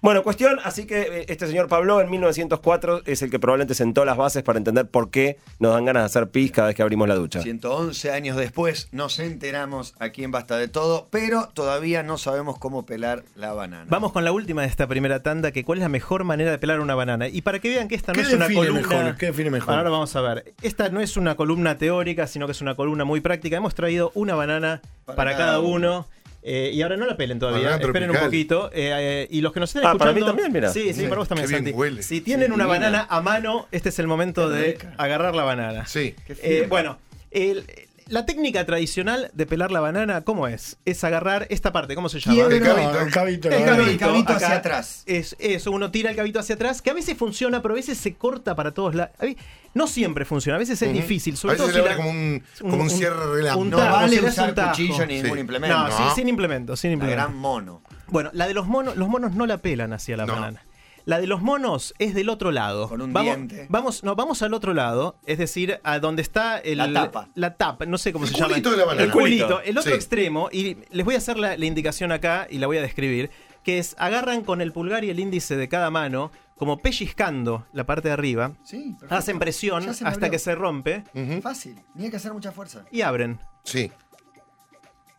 Speaker 6: Bueno, cuestión, así que eh, este señor Pablo en 1904 es el que probablemente sentó las bases para entender por qué nos dan ganas de hacer pis cada vez que abrimos la ducha.
Speaker 3: 111 años después nos enteramos aquí en Basta de Todo, pero todavía no sabemos cómo pelar la banana.
Speaker 4: Vamos con la última de esta primera tanda, que cuál es la mejor manera de pelar una banana. Y para que vean que esta no
Speaker 5: ¿Qué
Speaker 4: es una
Speaker 5: define
Speaker 4: columna...
Speaker 5: mejor? ¿Qué define mejor?
Speaker 4: Ahora vamos a ver. Esta no es una columna teórica, sino que es una columna muy práctica. Hemos traído una banana para,
Speaker 3: Para
Speaker 4: cada,
Speaker 3: cada
Speaker 4: uno. Eh, y ahora no la pelen todavía,
Speaker 7: Banana
Speaker 4: esperen un
Speaker 7: tropical.
Speaker 4: poquito. Eh, eh, y los que nos estén
Speaker 6: Ah, para
Speaker 4: escuchando.
Speaker 6: mí también, mira.
Speaker 4: Sí, sí,
Speaker 7: Sí,
Speaker 4: para vos también,
Speaker 7: qué bien
Speaker 4: Santi.
Speaker 7: huele.
Speaker 4: Si tienen una
Speaker 3: divina.
Speaker 4: banana a mano, este es el momento de agarrar la banana.
Speaker 7: Sí.
Speaker 3: Qué
Speaker 4: Eh,
Speaker 3: fino.
Speaker 4: bueno, el- la técnica tradicional de pelar la banana, ¿cómo es? Es agarrar esta parte, ¿cómo se llama?
Speaker 7: El cabito.
Speaker 5: No, el cabito.
Speaker 3: El
Speaker 5: la
Speaker 3: cabito,
Speaker 5: verdad.
Speaker 3: el cabito
Speaker 4: acá.
Speaker 3: hacia atrás.
Speaker 4: Es eso, uno tira el cabito hacia atrás, que a veces funciona, pero a veces se corta para todos lados. A ve- No siempre funciona, a veces es difícil.
Speaker 7: A
Speaker 4: Sobre
Speaker 7: veces se
Speaker 4: todo
Speaker 7: le
Speaker 4: si
Speaker 7: abre
Speaker 4: la-
Speaker 7: como un,
Speaker 4: un-
Speaker 7: como un
Speaker 4: un-
Speaker 7: cierre de la...
Speaker 4: un
Speaker 3: No
Speaker 4: tajo,
Speaker 3: vale
Speaker 4: si le das
Speaker 3: usar
Speaker 4: un tajo.
Speaker 3: cuchillo ni ningún
Speaker 7: Sí.
Speaker 3: implemento.
Speaker 4: No,
Speaker 7: No.
Speaker 4: sin, sin implementos, sin
Speaker 3: La
Speaker 4: implementos.
Speaker 3: gran mono.
Speaker 4: Bueno, la de los monos, los monos no la pelan hacia la
Speaker 7: No.
Speaker 4: banana. La de los monos es del otro lado.
Speaker 3: Con un
Speaker 4: vamos,
Speaker 3: diente.
Speaker 4: Vamos, no, vamos al otro lado, es decir, a donde está el-
Speaker 3: La tapa.
Speaker 4: La tapa, no sé cómo
Speaker 7: El
Speaker 4: se llama.
Speaker 7: culito de la banana.
Speaker 4: El culito. El otro
Speaker 7: Sí.
Speaker 4: extremo, y les voy a hacer la, la indicación acá y la voy a describir, que es agarran con el pulgar y el índice de cada mano, como pellizcando la parte de arriba,
Speaker 3: Sí, perfecto.
Speaker 4: hacen presión
Speaker 3: Ya se me
Speaker 4: hasta
Speaker 3: abrió.
Speaker 4: que se rompe
Speaker 7: Ujú.
Speaker 3: Fácil, ni hay que hacer mucha fuerza.
Speaker 4: y abren.
Speaker 7: Sí.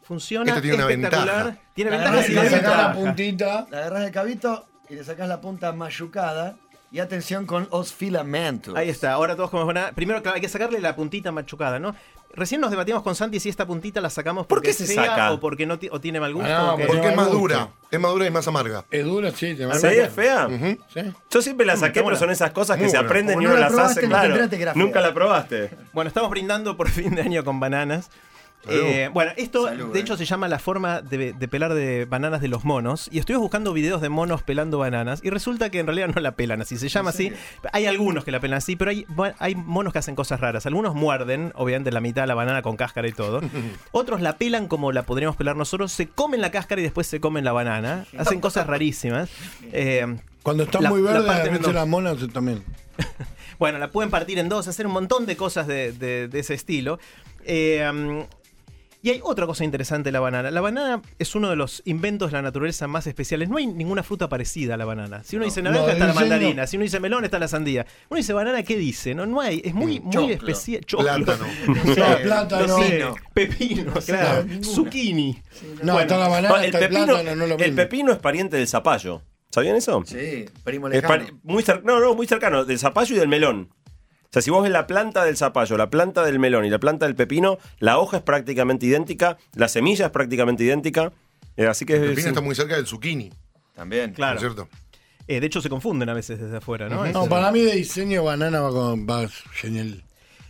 Speaker 4: funciona.
Speaker 7: Esto tiene una
Speaker 4: espectacular.
Speaker 7: ventaja.
Speaker 4: Tiene
Speaker 3: La
Speaker 4: ventajas y
Speaker 3: verdad
Speaker 5: Le
Speaker 3: es que
Speaker 5: sacás la
Speaker 4: desventajas.
Speaker 5: puntita.
Speaker 3: La agarras de cabito y le sacas la punta mayucada. Y atención con os filamentos.
Speaker 4: Ahí está, ahora todos como van a- Primero claro, hay que sacarle la puntita machucada, ¿no? Recién nos debatíamos con Santi si esta puntita la sacamos
Speaker 6: ¿Por
Speaker 4: porque
Speaker 6: qué se
Speaker 4: es fea
Speaker 6: saca?
Speaker 4: o porque no ti- o tiene mal gusto.
Speaker 5: Ah,
Speaker 4: o qué.
Speaker 5: Pero
Speaker 7: Porque es más
Speaker 5: gusto.
Speaker 7: dura. Es más dura y más amarga.
Speaker 5: Es dura, sí. te va a
Speaker 6: ¿Se
Speaker 5: marcar.
Speaker 6: es fea?
Speaker 7: Ujú. Mm,
Speaker 5: Sí.
Speaker 6: Yo siempre la saqué, pero son esas cosas que
Speaker 7: Muy
Speaker 6: se
Speaker 7: buena.
Speaker 6: aprenden
Speaker 3: Como
Speaker 6: y
Speaker 3: no
Speaker 6: uno
Speaker 3: la
Speaker 6: las
Speaker 3: probaste,
Speaker 6: hace,
Speaker 3: no
Speaker 6: claro.
Speaker 3: tendrás que era fea.
Speaker 6: Nunca la probaste.
Speaker 4: Bueno, estamos brindando por [laughs] fin de año con bananas.
Speaker 7: Salud.
Speaker 4: Eh, bueno, esto
Speaker 3: Salud,
Speaker 4: de
Speaker 3: eh.
Speaker 4: hecho se llama la forma de, de pelar de bananas de los monos. Y estuve buscando videos de monos pelando bananas. Y resulta que en realidad no la pelan así. Se llama así. Hay algunos que la pelan así, pero hay, ba- hay monos que hacen cosas raras. Algunos muerden, obviamente, la mitad de la banana con cáscara y
Speaker 3: [laughs]
Speaker 4: todo. Otros la pelan como la podríamos pelar nosotros. Se comen la cáscara y después se comen la
Speaker 3: [laughs]
Speaker 4: banana. Hacen cosas rarísimas. Eh,
Speaker 5: Cuando está
Speaker 4: La-
Speaker 5: muy
Speaker 4: la
Speaker 5: verde, la,
Speaker 4: parte en dos.
Speaker 5: la mona se- también.
Speaker 4: Bueno, la pueden partir en dos, hacer un montón de cosas de, de- de ese estilo. Eh, um, y hay otra cosa interesante de la banana. La banana es uno de los inventos de la naturaleza más especiales. No hay ninguna fruta parecida a la banana. Si uno dice naranja,
Speaker 5: no,
Speaker 4: está la
Speaker 5: dicen no.
Speaker 4: mandarina. Si uno dice melón, está la sandía. Uno dice banana, ¿qué dice? No, no hay. Es muy, muy
Speaker 3: choclo.
Speaker 4: especial.
Speaker 7: Plátano.
Speaker 4: [laughs]
Speaker 3: No sé,
Speaker 5: No, plátano.
Speaker 3: vecino.
Speaker 4: Pepino, claro. Zucchini.
Speaker 5: No, está la banana,
Speaker 6: No, el,
Speaker 5: está el
Speaker 6: pepino,
Speaker 5: plátano, no es lo
Speaker 6: el
Speaker 5: mismo.
Speaker 6: pepino es pariente del zapallo. ¿Sabían eso?
Speaker 3: Sí, primo
Speaker 6: Es
Speaker 3: lejano.
Speaker 6: par- muy cer- no, no, muy cercano, del zapallo y del melón. O sea, si vos ves la planta del zapallo, la planta del melón y la planta del pepino, la hoja es prácticamente idéntica, la semilla es prácticamente idéntica. eh, así que
Speaker 7: El
Speaker 6: es-
Speaker 7: pepino está muy cerca del zucchini.
Speaker 3: También.
Speaker 7: ¿No es
Speaker 4: Claro.
Speaker 7: cierto?
Speaker 4: Eh, de hecho, se confunden a veces desde afuera, ¿no?
Speaker 5: No,
Speaker 4: Es-
Speaker 5: para mí de diseño banana va, con, va genial.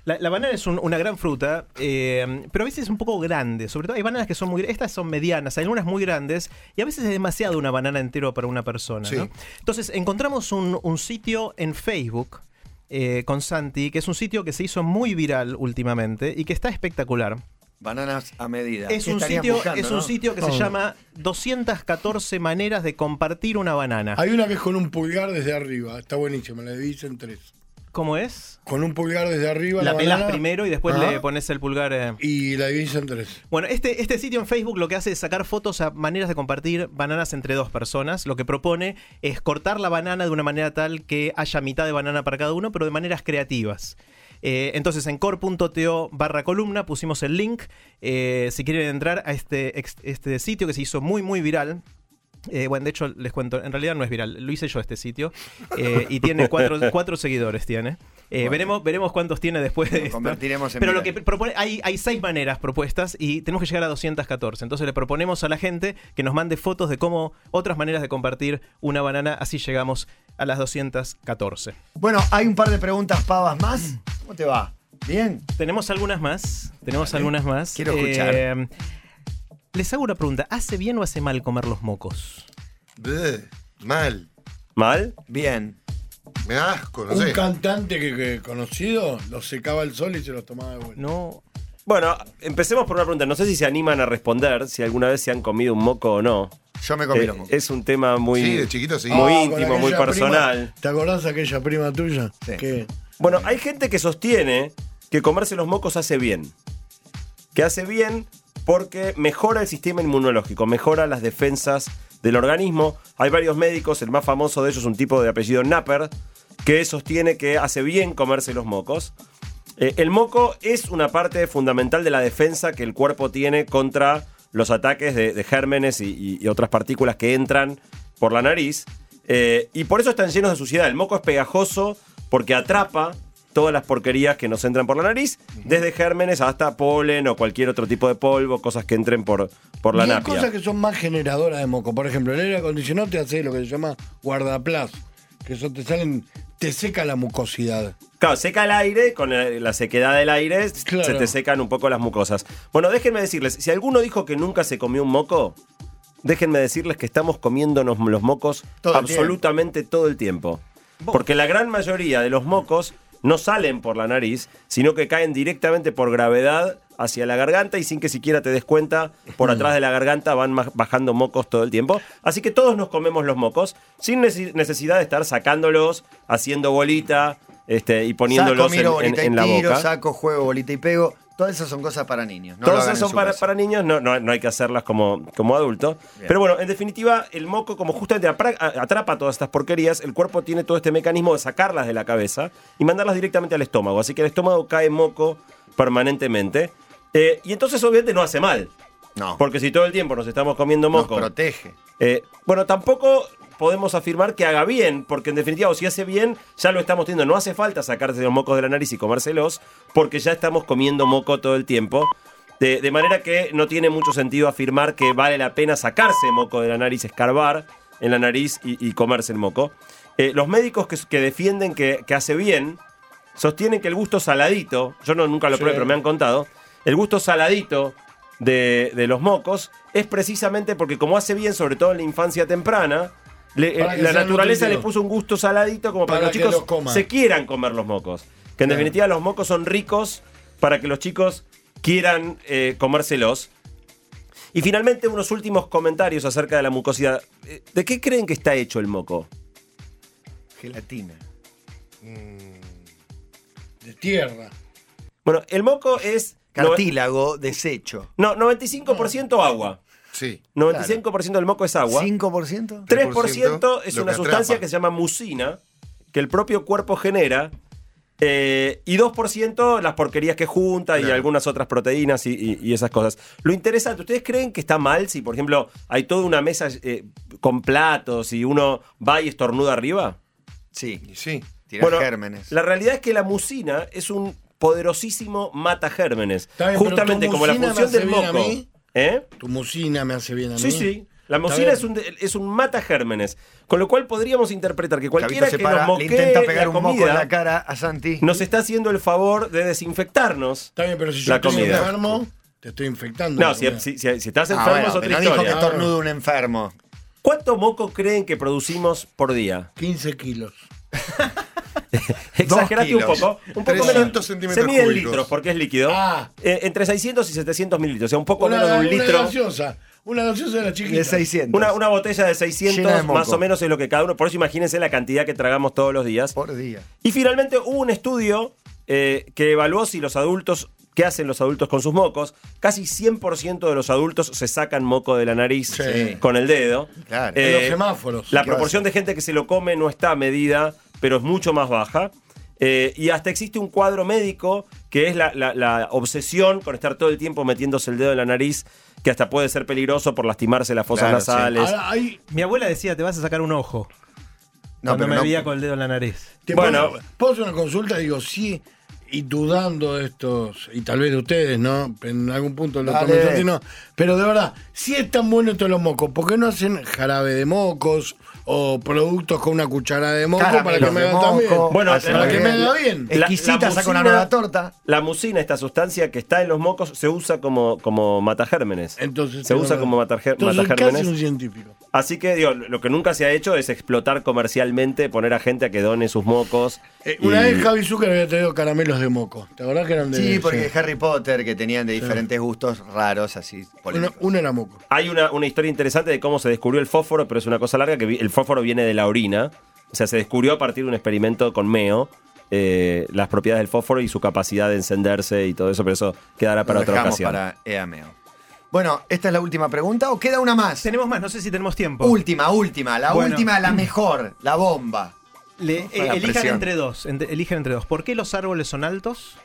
Speaker 4: La, la banana es un- una gran fruta, eh, pero a veces es un poco grande. Sobre todo hay bananas que son muy Estas son medianas, hay algunas muy grandes, y a veces es demasiado una banana entero para una persona.
Speaker 7: Sí.
Speaker 4: ¿no? Entonces, encontramos un, un sitio en Facebook eh, con Santi, que es un sitio que se hizo muy viral últimamente y que está espectacular.
Speaker 3: Bananas a medida.
Speaker 4: Es
Speaker 3: ¿Qué
Speaker 4: un,
Speaker 3: estarías
Speaker 4: sitio,
Speaker 3: buscando,
Speaker 4: es un
Speaker 3: no?
Speaker 4: sitio que se
Speaker 5: Oh.
Speaker 4: llama 214 maneras de compartir una banana.
Speaker 6: Ah.
Speaker 5: Hay una que es con un pulgar desde arriba. Está buenísima, la divisa en tres.
Speaker 4: ¿Cómo es?
Speaker 5: Con un pulgar desde arriba.
Speaker 4: La pelas
Speaker 5: banana,
Speaker 4: primero y después
Speaker 5: Ajá.
Speaker 4: le pones el pulgar. eh,
Speaker 5: Y la divisa en tres.
Speaker 4: Bueno, este, este sitio en Facebook lo que hace es sacar fotos a maneras de compartir bananas entre dos personas. Lo que propone es cortar la banana de una manera tal que haya mitad de banana para cada uno, pero de maneras creativas. Eh, entonces en core.to barra columna pusimos el link. Eh, si quieren entrar a este, ex- este sitio que se hizo muy muy viral. Eh, bueno, de hecho les cuento, en realidad no es viral, lo hice yo este sitio. Eh, y tiene cuatro, cuatro seguidores, tiene. Eh, veremos, veremos cuántos tiene después de
Speaker 3: Lo
Speaker 4: esto.
Speaker 3: convertiremos en
Speaker 4: Pero lo
Speaker 3: viral.
Speaker 4: que propone- hay, hay seis maneras propuestas y tenemos que llegar a 214. Entonces le proponemos a la gente que nos mande fotos de cómo otras maneras de compartir una banana, así llegamos a las 214.
Speaker 3: Bueno, hay un par de preguntas pavas más. ¿Cómo te va? ¿Bien?
Speaker 4: Tenemos algunas más, tenemos algunas más.
Speaker 3: Quiero escuchar.
Speaker 4: Eh, les hago una pregunta, ¿hace bien o hace mal comer los mocos?
Speaker 7: Bleh, mal.
Speaker 6: mal.
Speaker 3: Bien.
Speaker 7: Me da asco, no
Speaker 5: un
Speaker 7: sé.
Speaker 5: cantante que, que conocido los secaba el sol y se los tomaba de vuelta.
Speaker 4: No,
Speaker 6: Bueno, empecemos por una pregunta. No sé si se animan a responder, si alguna vez se han comido un moco o no.
Speaker 7: Yo me comí
Speaker 6: Eh,
Speaker 7: los mocos.
Speaker 6: es un tema muy,
Speaker 7: Sí, de chiquito sí.
Speaker 6: muy
Speaker 5: Ah, con
Speaker 6: íntimo, muy
Speaker 5: aquella
Speaker 6: personal.
Speaker 5: prima- ¿Te acordás de aquella prima tuya?
Speaker 3: Sí.
Speaker 5: Que
Speaker 6: Bueno, hay gente que sostiene que comerse los mocos hace bien. Que hace bien porque mejora el sistema inmunológico, mejora las defensas del organismo. Hay varios médicos, el más famoso de ellos es un tipo de apellido Napper, que sostiene que hace bien comerse los mocos. Eh, el moco es una parte fundamental de la defensa que el cuerpo tiene contra los ataques de, de gérmenes y, y- y otras partículas que entran por la nariz. Eh, y por eso están llenos de suciedad. El moco es pegajoso porque atrapa todas las porquerías que nos entran por la nariz, desde gérmenes hasta polen o cualquier otro tipo de polvo, cosas que entren por, por la
Speaker 5: y hay
Speaker 6: napia.
Speaker 5: cosas que son más generadoras de moco. Por ejemplo, el aire acondicionado te hace lo que se llama guardaplas. Que eso te salen, te seca la mucosidad.
Speaker 6: Claro, seca el aire, con la la sequedad del aire
Speaker 5: Claro.
Speaker 6: se te secan un poco las mucosas. Bueno, déjenme decirles, si alguno dijo que nunca se comió un moco, déjenme decirles que estamos comiéndonos los mocos
Speaker 3: Todo el
Speaker 6: absolutamente todo el tiempo. Porque la gran mayoría de los mocos no salen por la nariz, sino que caen directamente por gravedad hacia la garganta y sin que siquiera te des cuenta,
Speaker 3: Mm.
Speaker 6: por atrás de la garganta van ma- bajando mocos todo el tiempo. Así que todos nos comemos los mocos sin nece- necesidad de estar sacándolos, haciendo bolita este, y
Speaker 3: Saco,
Speaker 6: poniéndolos en,
Speaker 3: miro,
Speaker 6: en-
Speaker 3: bolita
Speaker 6: en
Speaker 3: y
Speaker 6: la
Speaker 3: tiro,
Speaker 6: boca.
Speaker 3: saco, juego, bolita y pego. Todas esas son cosas para niños. No lo
Speaker 6: Todas
Speaker 3: hagan en
Speaker 6: esas son
Speaker 3: su
Speaker 6: para,
Speaker 3: casa.
Speaker 6: para niños, no, no, no hay que hacerlas como, como adulto. Pero bueno, en definitiva, el moco, como justamente apra- a- atrapa todas estas porquerías, el cuerpo tiene todo este mecanismo de sacarlas de la cabeza y mandarlas directamente al estómago. Así que el estómago cae moco permanentemente. Eh, y entonces, obviamente, no hace mal.
Speaker 3: No.
Speaker 6: Porque si todo el tiempo nos estamos comiendo
Speaker 3: Nos
Speaker 6: moco.
Speaker 3: protege.
Speaker 6: eh, bueno, tampoco podemos afirmar que haga bien, porque en definitiva, o si hace bien, ya lo estamos teniendo. No hace falta sacarse los mocos de la nariz y comérselos, porque ya estamos comiendo moco todo el tiempo. De, de manera que no tiene mucho sentido afirmar que vale la pena sacarse moco de la nariz, escarbar en la nariz y, y comerse el moco. Eh, los médicos que, que defienden que, que hace bien, sostienen que el gusto saladito, yo no, nunca lo probé, pero me han contado, el gusto saladito de, de los mocos es precisamente porque como hace bien, sobre todo en la infancia temprana, le-
Speaker 5: Para
Speaker 6: eh,
Speaker 5: que
Speaker 6: la
Speaker 5: sean
Speaker 6: naturaleza le
Speaker 5: nutritivos.
Speaker 6: puso un gusto saladito como para,
Speaker 5: Para
Speaker 6: que
Speaker 5: que
Speaker 6: los
Speaker 5: los
Speaker 6: chicos
Speaker 5: coman.
Speaker 6: se quieran comer los mocos. Que en
Speaker 5: Claro.
Speaker 6: definitiva los mocos son ricos para que los chicos quieran eh, comérselos. Y finalmente unos últimos comentarios acerca de la mucosidad. Eh, ¿De qué creen que está hecho el moco?
Speaker 3: Gelatina.
Speaker 5: De tierra.
Speaker 6: Bueno, el moco es... no-
Speaker 3: Cartílago, desecho.
Speaker 6: No, 95% agua.
Speaker 7: Sí.
Speaker 6: 95% del moco es agua.
Speaker 3: 5%.
Speaker 6: 3% es
Speaker 7: lo
Speaker 6: una
Speaker 7: que
Speaker 6: sustancia
Speaker 7: atrapa.
Speaker 6: que se llama mucina, que el propio cuerpo genera. eh, y 2% las porquerías que junta y
Speaker 7: Claro.
Speaker 6: algunas otras proteínas y, y- y esas cosas. Lo interesante, ¿ustedes creen que está mal si, por ejemplo, hay toda una mesa eh, con platos y uno va y estornuda arriba?
Speaker 3: Sí,
Speaker 7: Y sí.
Speaker 3: tirar gérmenes.
Speaker 6: La realidad es que la mucina es un poderosísimo mata gérmenes.
Speaker 5: Está bien, pero tu
Speaker 6: Justamente como la
Speaker 5: mucina me
Speaker 6: función del
Speaker 5: hace bien a
Speaker 6: moco.
Speaker 5: mí.
Speaker 6: ¿Eh?
Speaker 5: Tu mucina me hace bien a
Speaker 6: Sí,
Speaker 5: mí.
Speaker 6: sí. La
Speaker 5: Está
Speaker 6: mocina
Speaker 5: bien.
Speaker 6: es un, es un mata gérmenes. Con lo cual podríamos interpretar que cualquiera
Speaker 3: Cabito
Speaker 6: que
Speaker 3: se para,
Speaker 6: nos
Speaker 3: le
Speaker 6: moquee
Speaker 3: intenta pegar
Speaker 6: la
Speaker 3: un moco en
Speaker 6: comida
Speaker 3: la cara a Santi.
Speaker 6: nos está haciendo el favor de desinfectarnos.
Speaker 5: Está bien, pero si yo
Speaker 6: La
Speaker 5: estoy
Speaker 6: comida.
Speaker 5: enfermo, te estoy infectando.
Speaker 6: No,
Speaker 5: la
Speaker 6: si,
Speaker 5: comida.
Speaker 6: si- si- si estás
Speaker 3: Ah,
Speaker 6: enfermo
Speaker 3: bueno,
Speaker 6: es otra
Speaker 3: pero no dijo que
Speaker 6: historia.
Speaker 3: estornuda un enfermo.
Speaker 6: ¿Cuánto moco creen que producimos por día?
Speaker 5: 15 kilos.
Speaker 6: Exageraste un
Speaker 3: kilos.
Speaker 6: poco. Un poco
Speaker 7: 300
Speaker 6: menos.
Speaker 7: centímetros
Speaker 6: Se mide en
Speaker 7: cúbicos.
Speaker 6: litros porque es líquido.
Speaker 5: Ah.
Speaker 6: Eh, entre 600 y 700 mililitros. O sea, un poco
Speaker 5: Una,
Speaker 6: menos de un
Speaker 5: una
Speaker 6: litro.
Speaker 5: gaseosa. Una gaseosa de la chiquita.
Speaker 3: De 600.
Speaker 6: Una, una botella de
Speaker 3: Llena de
Speaker 6: 600
Speaker 3: moco.
Speaker 6: más o menos es lo que cada uno. Por eso imagínense la cantidad que tragamos todos los días.
Speaker 3: por día.
Speaker 6: Y finalmente hubo un estudio eh, que evaluó si los adultos, ¿qué hacen los adultos con sus mocos? Casi 100% de los adultos se sacan moco de la nariz
Speaker 5: Sí.
Speaker 6: con el dedo. Eh,
Speaker 3: Claro.
Speaker 5: En los semáforos.
Speaker 6: La
Speaker 5: ¿Qué
Speaker 6: proporción de gente que se lo come no está medida, pero es mucho más baja. Eh, y hasta existe un cuadro médico que es la, la- la obsesión con estar todo el tiempo metiéndose el dedo en la nariz, que hasta puede ser peligroso por lastimarse las fosas
Speaker 3: Claro, sí.
Speaker 6: nasales.
Speaker 5: Ahora hay.
Speaker 4: Mi abuela decía, te vas a sacar un ojo.
Speaker 3: No,
Speaker 4: cuando
Speaker 3: pero
Speaker 4: me
Speaker 3: no-
Speaker 4: veía con el dedo en la nariz.
Speaker 5: te
Speaker 6: Bueno.
Speaker 5: pongo- Puedo hacer una consulta, digo, sí, y dudando de estos, y tal vez de ustedes, ¿no? En algún punto lo
Speaker 3: Dale.
Speaker 5: tomen Santino, pero de verdad, si es tan bueno esto de los mocos, ¿por qué no hacen jarabe de mocos o productos con una cuchara de moco para que
Speaker 3: Caramelos
Speaker 5: me
Speaker 3: de
Speaker 5: haga tan bien?
Speaker 3: moco, eh,
Speaker 6: Bueno, eh,
Speaker 3: hace
Speaker 6: para
Speaker 3: muy
Speaker 6: que
Speaker 5: me haga bien.
Speaker 6: La-
Speaker 3: Exquisita,
Speaker 6: la
Speaker 3: saca una
Speaker 6: mucina-
Speaker 3: nueva torta.
Speaker 6: La mucina, esta sustancia que está en los mocos, se usa como, como matagérmenes.
Speaker 5: Entonces,
Speaker 6: se
Speaker 5: tengo
Speaker 6: usa
Speaker 5: razón.
Speaker 6: como matarge-
Speaker 5: Entonces,
Speaker 6: matagérmenes.
Speaker 5: casi un científico.
Speaker 6: Así que, digo, lo que nunca se ha hecho es explotar comercialmente, poner a gente a que done sus mocos.
Speaker 5: Eh, una
Speaker 6: y-
Speaker 5: vez Javi Zucker había traído caramelos de moco. ¿Te acordás que eran de
Speaker 3: Sí, porque
Speaker 5: sí.
Speaker 3: Harry Potter, que tenían de diferentes gustos raros, así
Speaker 5: Uno,
Speaker 3: polémicos.
Speaker 5: uno era moco.
Speaker 6: Hay una, una historia interesante de cómo se descubrió el fósforo, pero es una cosa larga, que vi- el fósforo viene de la orina. O sea, se descubrió a partir de un experimento con Meo, eh, las propiedades del fósforo y su capacidad de encenderse y todo eso, pero eso quedará para
Speaker 3: Lo
Speaker 6: otra
Speaker 3: dejamos
Speaker 6: ocasión.
Speaker 3: para E Eameo. Bueno, ¿esta es la última pregunta o queda una más?
Speaker 4: Tenemos más, no sé si tenemos tiempo.
Speaker 3: Última, última, la
Speaker 4: Bueno.
Speaker 3: última,
Speaker 5: [clears throat]
Speaker 3: la mejor, la bomba.
Speaker 4: Le- eh,
Speaker 3: la
Speaker 4: elijan
Speaker 3: presión.
Speaker 4: entre dos. ent- elijan entre dos. ¿Por qué los árboles son altos?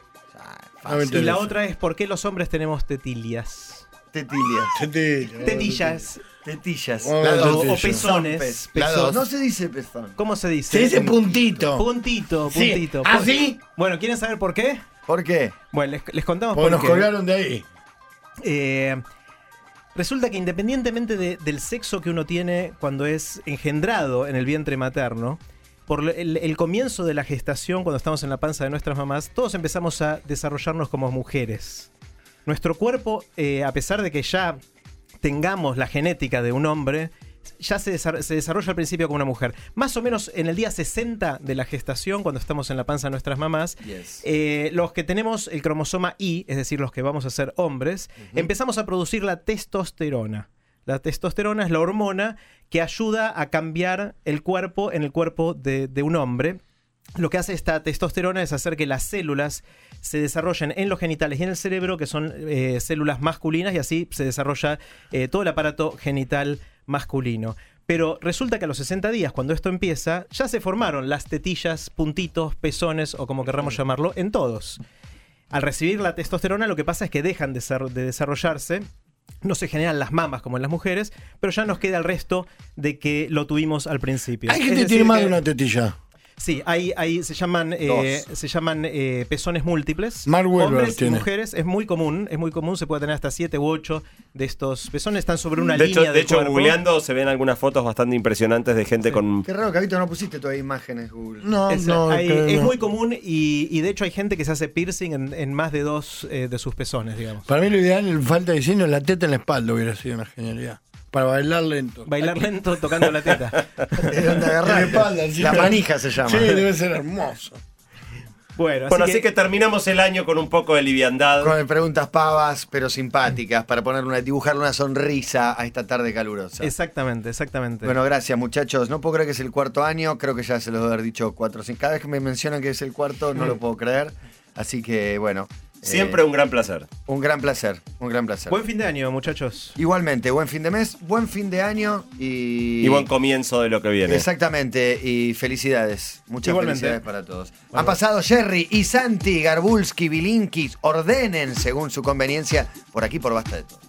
Speaker 5: Solamente
Speaker 4: Y la
Speaker 5: eso.
Speaker 4: otra es ¿por qué los hombres tenemos tetillas?
Speaker 3: Tetillas.
Speaker 5: Tetillas.
Speaker 4: Tetillas.
Speaker 3: Tetillas.
Speaker 5: Oh,
Speaker 3: La
Speaker 5: la
Speaker 3: dos.
Speaker 5: dos.
Speaker 4: O, o
Speaker 5: tetillas.
Speaker 4: pezones.
Speaker 3: La
Speaker 4: pezón.
Speaker 3: dos. No se dice pezón.
Speaker 4: ¿Cómo se dice?
Speaker 5: Se dice puntito.
Speaker 4: Puntito,
Speaker 5: Sí.
Speaker 4: puntito.
Speaker 5: ¿Ah,
Speaker 4: Pu-
Speaker 5: sí?
Speaker 4: Bueno, ¿quieren saber por qué?
Speaker 3: ¿Por qué?
Speaker 4: Bueno, les, les contamos
Speaker 5: Porque
Speaker 4: por
Speaker 5: nos
Speaker 4: qué.
Speaker 5: colgaron de ahí.
Speaker 4: Eh, resulta que independientemente de- del sexo que uno tiene cuando es engendrado en el vientre materno, por lo- el, el comienzo de la gestación, cuando estamos en la panza de nuestras mamás, todos empezamos a desarrollarnos como mujeres. Nuestro cuerpo, eh, a pesar de que ya tengamos la genética de un hombre, ya se, desar- se desarrolla al principio como una mujer. Más o menos en el día 60 de la gestación, cuando estamos en la panza de nuestras mamás, eh, los que tenemos el cromosoma Y, es decir, los que vamos a ser hombres, empezamos a producir la testosterona. La testosterona es la hormona que ayuda a cambiar el cuerpo en el cuerpo de, de un hombre. Lo que hace esta testosterona es hacer que las células se desarrollen en los genitales y en el cerebro, que son eh, células masculinas, y así se desarrolla eh, todo el aparato genital masculino. Pero resulta que a los 60 días, cuando esto empieza, ya se formaron las tetillas, puntitos, pezones o como querramos llamarlo, en todos. Al recibir la testosterona, lo que pasa es que dejan de, ser- de desarrollarse no se generan las mamas como en las mujeres, pero ya nos queda el resto de que lo tuvimos al principio.
Speaker 5: Hay
Speaker 4: Es
Speaker 5: gente que
Speaker 4: decir,
Speaker 5: tiene más de
Speaker 4: eh,
Speaker 5: una tetilla.
Speaker 4: Sí, hay, hay, se llaman, eh, se llaman eh, pezones múltiples.
Speaker 5: Mark Webber
Speaker 4: Hombres
Speaker 5: tiene.
Speaker 4: y mujeres, es muy común, es muy común, se puede tener hasta 7 u 8 de estos pezones, están sobre una
Speaker 6: de
Speaker 4: línea
Speaker 6: hecho, de
Speaker 4: del
Speaker 6: hecho
Speaker 4: cuerpo.
Speaker 6: googleando se ven algunas fotos bastante impresionantes de gente con.
Speaker 3: Qué raro, Cabito, no pusiste todavía
Speaker 5: [laughs]
Speaker 3: imágenes, Google.
Speaker 5: No,
Speaker 4: Es,
Speaker 5: Ah, no,
Speaker 4: hay-
Speaker 5: creo
Speaker 4: es
Speaker 5: no.
Speaker 4: muy común y, y de hecho hay gente que se hace piercing en, en más de dos eh, de sus pezones, digamos.
Speaker 5: Para mí lo ideal en falta de diseño es la teta en la espalda hubiera sido una genialidad. Para bailar lento.
Speaker 4: Bailar lento tocando la
Speaker 6: [laughs]
Speaker 4: teta.
Speaker 3: ¿De dónde agarraste?
Speaker 5: En la espalda, sí.
Speaker 3: La manija se llama.
Speaker 5: Sí, debe ser hermoso.
Speaker 4: Bueno, así,
Speaker 6: Bueno, así
Speaker 4: que,
Speaker 6: que terminamos el año con un poco de liviandad.
Speaker 3: Con preguntas pavas, pero simpáticas, para poner una, dibujarle una sonrisa a esta tarde calurosa.
Speaker 4: Exactamente, exactamente.
Speaker 3: Bueno, gracias muchachos. No puedo creer que es el cuarto año, creo que ya se los debo haber dicho cuatro o cinco. Cada vez que me mencionan que es el cuarto, no lo puedo creer. Así que bueno.
Speaker 6: Siempre
Speaker 3: eh,
Speaker 6: un gran placer.
Speaker 3: un gran placer, un gran placer.
Speaker 4: Buen fin de año, muchachos.
Speaker 3: Igualmente, buen fin de mes, buen fin de año y...
Speaker 6: Y buen comienzo de lo que viene.
Speaker 3: Exactamente, y felicidades. Muchas
Speaker 4: Igualmente.
Speaker 3: felicidades para todos. Han pasado Jerry y Santi, Garbulski, Bilinkis. Ordenen según su conveniencia por aquí por Basta de Todo.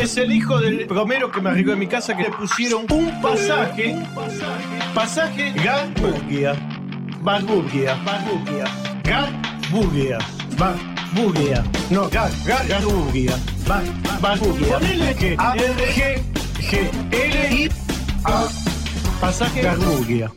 Speaker 8: Es el hijo del Romero que me arregló en mi casa que le pusieron un pasaje. Pasaje Gasburgia. Gasburgia. Gasburgia. Gasburgia. Gasburgia. No, Gas. Gasburgia. Gasburgia. Ponele que A, G, G, L, I, A. Pasaje Gasburgia.